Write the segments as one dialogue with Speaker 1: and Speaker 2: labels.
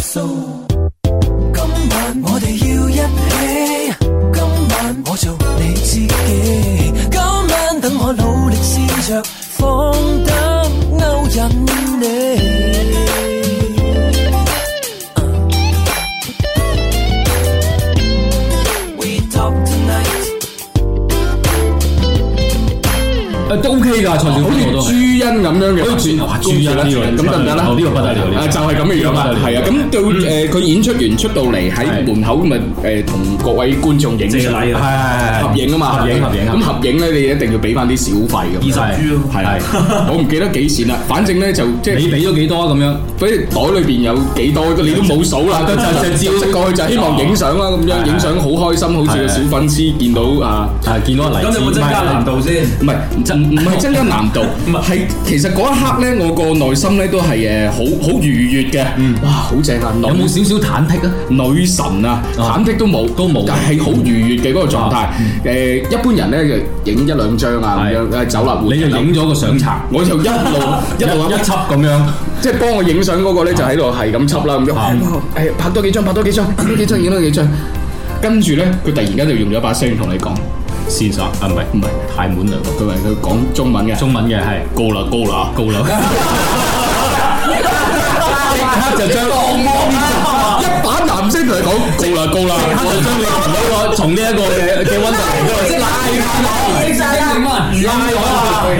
Speaker 1: 數。今晚我哋要一起，今晚我做你知己。今晚等我努力試着放膽勾引你。We talk tonight.
Speaker 2: 誒都 OK 㗎，蔡少芬
Speaker 3: 好似
Speaker 2: 我都
Speaker 3: 朱
Speaker 2: 係。
Speaker 3: 茵咁樣嘅，
Speaker 2: 好似哇朱茵呢個
Speaker 3: 咁得唔得啦？
Speaker 2: 呢個不得了呢個
Speaker 3: 啊就係咁嘅樣啦
Speaker 2: 呢，個不得
Speaker 3: 係
Speaker 2: 了
Speaker 3: 啊，咁到誒佢演出完出到嚟喺
Speaker 2: 係
Speaker 3: 門口咪誒同各位觀眾影
Speaker 4: 謝
Speaker 3: 相
Speaker 4: 禮啊，
Speaker 2: 係
Speaker 3: 合影啊嘛，
Speaker 2: 合影合影
Speaker 3: 咁合影咧，你一定要俾翻啲小費咁。
Speaker 4: 二十 G 咯，
Speaker 3: 係 啦，我唔記得幾錢啦，反正咧就即係
Speaker 2: 你俾咗幾多咁樣？
Speaker 3: 所以袋裏邊有幾多你都冇數啦，
Speaker 2: 就就照
Speaker 3: 食過去就希望影相啦，咁樣
Speaker 2: 係
Speaker 3: 影相好開心，好似個小粉絲見到啊，
Speaker 2: 係見到黎姿
Speaker 4: 咁你有冇增加難度先？
Speaker 3: 唔係唔唔係增加難度，係其實嗰一刻咧，我個內心咧都係誒好好愉悅嘅，哇好正啊！
Speaker 2: 有冇少少忐忑啊？
Speaker 3: 女神啊，
Speaker 2: 啊
Speaker 3: 忐忑都冇，
Speaker 2: 都冇
Speaker 3: 但係好愉悅嘅嗰個狀態
Speaker 2: 啊。
Speaker 3: 誒一般人咧就影一兩張啊咁
Speaker 2: 係
Speaker 3: 樣，誒走啦，
Speaker 2: 你就
Speaker 3: 換啦
Speaker 2: 影咗個相冊，
Speaker 3: 我就一路一路
Speaker 2: 一
Speaker 3: 咁
Speaker 2: 輯咁樣，
Speaker 3: 即係幫我影相嗰個咧，就喺度係咁輯啦，咁樣
Speaker 2: 啊
Speaker 3: 誒拍多幾張，拍多幾張，拍多幾張，影多幾張。跟住咧，佢突然間就用咗把聲同你講，
Speaker 2: 線索啊，唔係
Speaker 3: 唔係
Speaker 2: 太滿啦，
Speaker 3: 佢話佢講中文嘅，
Speaker 2: 中文嘅係
Speaker 3: 高啦高啦
Speaker 2: 高 樓，
Speaker 3: 刻就將一把男聲同你講高啦高啦，
Speaker 2: 就將你同呢個從呢一個嘅嘅温度嚟嗰度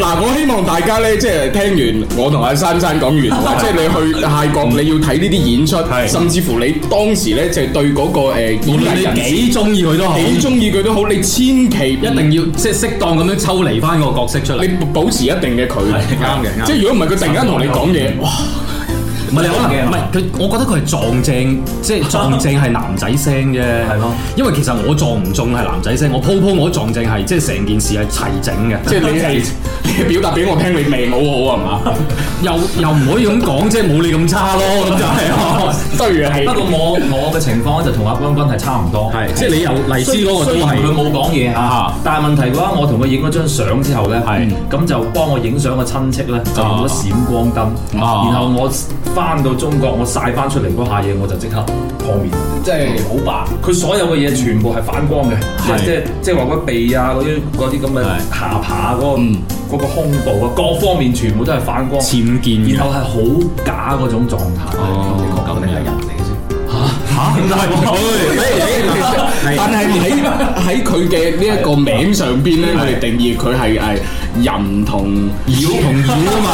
Speaker 3: 嗱，我希望大家咧，即係聽完我同阿珊珊講完，即係你去泰國，你要睇呢啲演出，
Speaker 2: 係
Speaker 3: 甚至乎你當時咧就係對嗰個誒
Speaker 2: 無
Speaker 3: 演
Speaker 2: 論
Speaker 3: 藝人
Speaker 2: 你幾中意佢都好，
Speaker 3: 幾
Speaker 2: 一
Speaker 3: 中意佢都好，你千祈一
Speaker 2: 定要即係適當咁樣抽離翻個角色出嚟。
Speaker 3: 你保持一定嘅距離，
Speaker 2: 係啱嘅啱
Speaker 3: 即係如果唔係，佢突然間同你講嘢，哇！
Speaker 2: 唔係你啊可能唔係佢，我覺得佢係撞正，即係撞正係男仔聲啫。係
Speaker 4: 咯，
Speaker 2: 因為其實我撞唔中係男仔聲，我鋪鋪我撞正係即係成件事係齊整嘅，
Speaker 3: 即係 你係你係表達俾我聽，你命好好啊係嘛？
Speaker 2: 又又唔可以咁講，即係冇你咁差咯，咁就係咯。
Speaker 3: 雖然係
Speaker 4: 不過我我嘅情況咧就同阿君君係差唔多，
Speaker 2: 係，即係你由黎姿嗰個都
Speaker 4: 雖然佢
Speaker 2: 係
Speaker 4: 冇講嘢嚇
Speaker 2: 啊，
Speaker 4: 但係問題嘅話，我同佢影咗張相之後咧，
Speaker 2: 係
Speaker 4: 咁就幫我影相嘅親戚咧就用咗閃光燈，
Speaker 2: 啊
Speaker 4: 然後我翻到中國，我晒翻出嚟嗰下嘢，我就即刻破面，即係好白。佢所有嘅嘢全部係反光嘅，即係
Speaker 2: 係
Speaker 4: 即係即係話嗰鼻啊，嗰啲嗰啲咁嘅
Speaker 2: 係嗯
Speaker 4: 下巴嗰個嗰個胸部啊，各方面全部都係反光，
Speaker 2: 僭建嘅
Speaker 4: 然後。係好假嗰種狀態。
Speaker 2: 哦
Speaker 4: 你確定係人嚟嘅先？
Speaker 2: 嚇唔
Speaker 3: 但係喺喺佢嘅呢一個名上邊咧，我哋定義佢係誒人同
Speaker 2: 妖同妖啊嘛，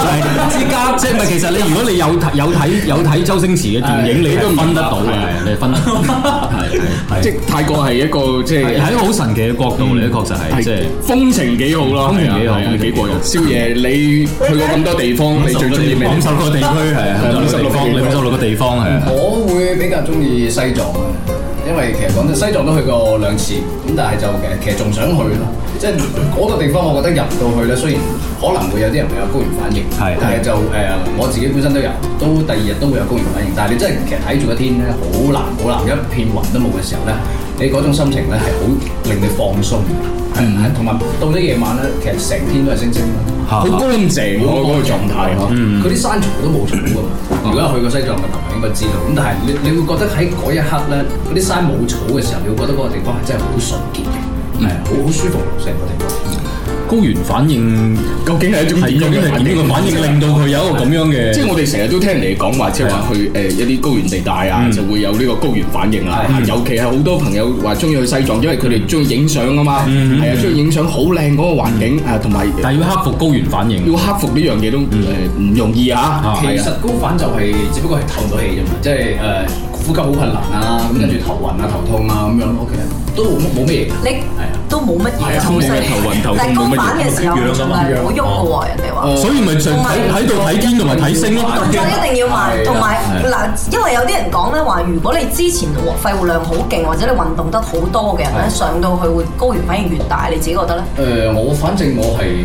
Speaker 2: 之間即係咪其實你如果你有睇有睇有睇周星馳嘅電影，你都分得到嘅，你分得到，係係
Speaker 3: 即係泰國係一個即係
Speaker 2: 係係一個好神奇嘅角度嚟嘅，確實係即係
Speaker 3: 係風情幾好啦，
Speaker 2: 風情幾
Speaker 3: 係啊係
Speaker 2: 好
Speaker 3: 啊
Speaker 2: 風情
Speaker 3: 幾
Speaker 2: 幾
Speaker 3: 過
Speaker 2: 好
Speaker 3: 癮。宵夜你去過咁多地方，你最中意咩地
Speaker 2: 五
Speaker 3: 方
Speaker 2: 十？六個地區係五十六個地方，五十六個地方係。
Speaker 5: 我會比較中意西藏嘅，因為其實講真，西藏都去過兩次，咁但係就其實仲想去咯。即係嗰個地方，我覺得入到去咧，雖然可能會有啲人會有高原反應，
Speaker 2: 係
Speaker 5: 但係就誒、呃我自己本身都有，都第二日都會有高原反應。但係你真係其實睇住個天咧，好藍好藍，一片雲都冇嘅時候咧，你嗰種心情咧係好令你放鬆嘅，係
Speaker 3: 嗯
Speaker 5: 係同埋到咗夜晚咧，其實成天都係星星啦。
Speaker 3: 好乾淨喎嗰個狀態呵。
Speaker 5: 佢啲山蟲都冇蟲㗎嘛。如果有去過西藏嘅朋友應該知道。咁但係你你會覺得喺嗰一刻咧，嗰啲山冇草嘅時候，你會覺得嗰個地方係真係好純潔嘅，
Speaker 3: 嗯
Speaker 5: 係啊好好舒服成個地方。
Speaker 2: 高原反應
Speaker 3: 究竟係一種
Speaker 2: 係
Speaker 3: 點
Speaker 2: 究竟
Speaker 3: 樣
Speaker 2: 係
Speaker 3: 嘅
Speaker 2: 點樣嘅反應令到佢有一個咁樣嘅？
Speaker 3: 即係我哋成日都聽人哋講話，即係啊話去誒一啲高原地帶啊，就會有呢個高原反應啦。尤其係好多朋友話中意去西藏，因為佢哋中意影相啊嘛，係啊，中意影相好靚嗰個環境啊，同埋
Speaker 2: 但係要克服高原反應
Speaker 3: 要。克服呢樣嘢都誒唔容易啊。
Speaker 5: 其
Speaker 3: 係
Speaker 5: 實
Speaker 3: 啊，
Speaker 5: 高反就係只不過係透唔到氣啫嘛，即係誒呼吸好困難
Speaker 3: 嗯
Speaker 5: 啊，咁跟住頭暈啊、頭痛啊咁樣咯，其實都冇乜冇咩嘢㗎。
Speaker 6: 你
Speaker 5: 係啊
Speaker 6: 都冇乜
Speaker 3: 係
Speaker 6: 嘢，
Speaker 3: 啊
Speaker 6: 好犀利
Speaker 3: 冇乜頭暈頭痛
Speaker 6: 但係
Speaker 3: 冇乜嘢啊
Speaker 6: 高反嘅時候，
Speaker 4: 咁樣㗎
Speaker 6: 盡
Speaker 4: 嘛
Speaker 6: 量唔好喐嘅喎，人哋話。
Speaker 3: 哦
Speaker 2: 所以咪就睇喺度睇天同埋睇星咯。
Speaker 6: 動作一定要慢，
Speaker 3: 啊
Speaker 6: 同埋嗱，因為有啲人講咧話，如果你之前肺活量好勁，或者你運動得好多嘅人咧，上到去會高原反應越大，你自己覺 得咧？
Speaker 5: 誒、我反正我係，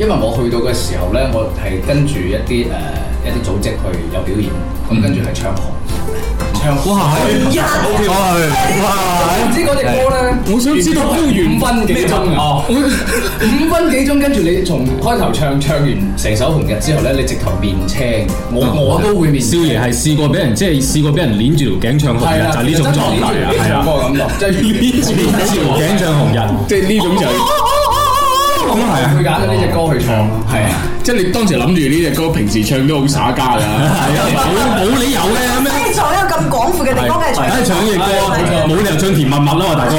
Speaker 5: 因為我去到嘅時候咧，我
Speaker 3: 嗯
Speaker 5: 係跟住一啲誒、一啲組織去有表演，咁跟住係唱紅，唱唱。
Speaker 2: 哇
Speaker 6: 日
Speaker 2: 係，哇係，
Speaker 5: 唔知嗰只歌咧，
Speaker 3: 我想知道高原
Speaker 5: 五分幾鐘啊！ 五分幾鐘，跟住你從開頭唱唱完成首紅日之後咧，你直頭面青，我
Speaker 3: 哦
Speaker 5: 我都會面
Speaker 2: 啊少
Speaker 5: 青。
Speaker 2: 爺係試過俾人即係試過俾人攣住條頸唱紅
Speaker 5: 係
Speaker 2: 日，
Speaker 5: 啦，
Speaker 2: 就係呢種狀態啊，係
Speaker 5: 係啊，
Speaker 2: 啊，
Speaker 5: 呢種歌感覺，即係
Speaker 2: 攣住條頸唱紅哦 日，
Speaker 3: 即係呢種就係
Speaker 2: 咁係
Speaker 5: 佢
Speaker 2: 啊，
Speaker 5: 揀咗呢只歌去唱，
Speaker 3: 哦
Speaker 5: 係啊。
Speaker 3: 即係你當時諗住呢只歌，平時唱都好耍家㗎。
Speaker 2: 係啊，冇冇理由嘅咩？
Speaker 6: 即係在一個咁廣闊嘅地方，梗係
Speaker 2: 梗係
Speaker 6: 唱
Speaker 2: 唱呢隻歌啊，冇理由唱甜蜜蜜啦嘛，大 哥。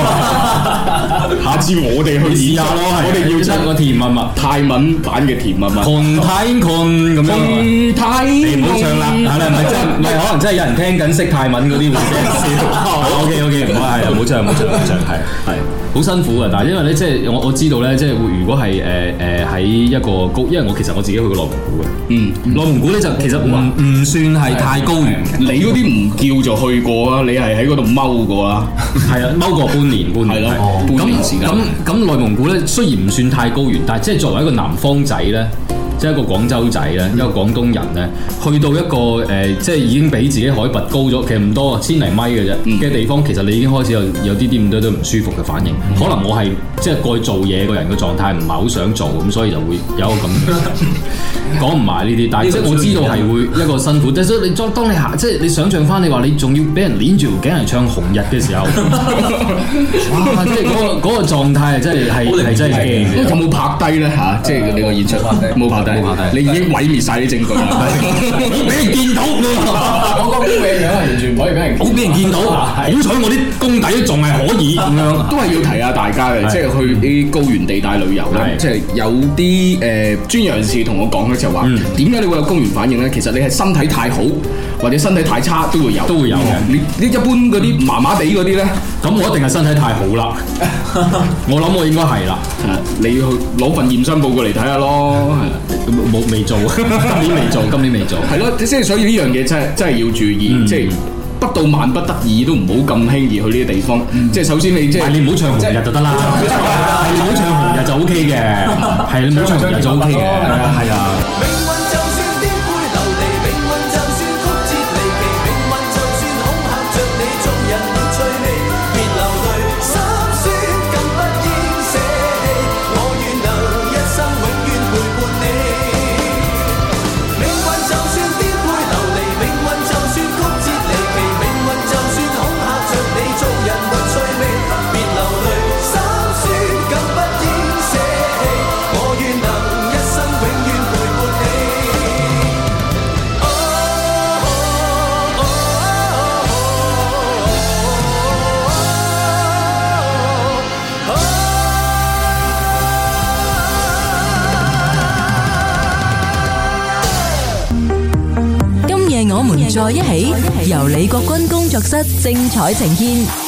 Speaker 3: 下次我哋去
Speaker 2: 試
Speaker 3: 演
Speaker 2: 下
Speaker 3: 下
Speaker 2: 咯，
Speaker 3: 咯，
Speaker 2: 係
Speaker 5: 啊
Speaker 3: 我哋要
Speaker 2: 出
Speaker 3: 出
Speaker 2: 個甜蜜蜜。
Speaker 3: 泰文版嘅甜蜜蜜。
Speaker 2: con t 咁樣，
Speaker 3: 泰
Speaker 2: 你唔好唱啦，係啦，唔係 真，唔係可能真係有人聽緊識泰文嗰 啲會俾人笑。OK 哦 OK，唔好係，唔好唱，唔好唱，唔好 唱，係係好辛苦啊嘅。但係因為咧，即係我我知道咧，即係會如果係誒誒喺一個高，因為我其實我自己去過內蒙古嘅，嗯，內蒙古咧就其實唔唔算係太高原嘅，
Speaker 3: 你嗰啲唔叫做去過啊，你係喺嗰度踎過啊。
Speaker 2: 係啊，踎過半年，半年
Speaker 3: 係咯
Speaker 2: 係
Speaker 3: 哦
Speaker 2: 咁
Speaker 3: 半年時間
Speaker 2: 咁咁內蒙古咧，雖然唔算太高原，但係即係作為一個南方仔咧，即係一個廣州仔咧，一個廣東人咧，去到一個誒、呃即係已經比自己海拔高咗，其實唔多啊，千零米嘅啫
Speaker 3: 嗯
Speaker 2: 嘅地方，其實你已經開始有有啲啲咁多都唔舒服嘅反應。可能我係即係過去做嘢個人嘅狀態唔係好想做，咁所以就會 有一個咁嘅講唔埋呢啲，但係即係我知道係會一個辛苦。但係所以你當當你行，即係你想象翻你話你仲要俾人攆住條頸嚟唱紅日嘅時候。 哇！即係嗰個嗰個狀態啊，真係係係真係驚嘅。
Speaker 3: 有冇拍低咧嚇？即係你個演出冇拍低，
Speaker 2: 冇拍低
Speaker 3: 你已經毀滅晒啲證據啦。
Speaker 2: 俾人見到
Speaker 5: 我個烏嘅
Speaker 2: 啊
Speaker 5: 樣係完全唔可以俾人
Speaker 2: 好俾人 見到，好彩我啲功底仲係可以咁樣。
Speaker 3: 都係要提下大家嘅，
Speaker 2: 係
Speaker 3: 即係去啲高原地帶旅遊咧
Speaker 2: 係，
Speaker 3: 即係有啲誒專業人士同我講咧，就話
Speaker 2: 嗯
Speaker 3: 點解你會有高原反應咧？其實你係身體太好或者身體太差都會有，
Speaker 2: 都會有嘅
Speaker 3: 你你一般嗰啲麻麻地嗰啲咧，
Speaker 2: 咁我一定係身體太好 啦，我諗我應該係啦，
Speaker 3: 啊你要去攞份驗身報過嚟睇下咯。
Speaker 2: 冇未做，今年未做，今年未做。
Speaker 3: 係咯，即係所以呢樣嘢真係真係要注
Speaker 2: 嗯
Speaker 3: 意，即係不到萬不得已都唔好咁輕易去呢啲地方。即係首先你即
Speaker 2: 但係
Speaker 3: 係
Speaker 2: 你嗯唔好唱紅日就得啦，係你唔好唱紅日就 O K 嘅，係你唔好唱紅日就 O K 嘅，係啊。
Speaker 1: 命運就算顛沛流離，命運就算曲折離奇，命運就算恐嚇着你，做人要趣味，別流淚，心酸更不應捨棄，我願留一生永遠陪伴你。命運就算顛沛流離，命運就算曲折離奇，命運就算恐嚇着你，做人沒趣味，別流淚，心酸更不應捨棄，我願留一生永遠陪伴你。
Speaker 7: 今夜我們在一起，由李國君工作室精彩呈現。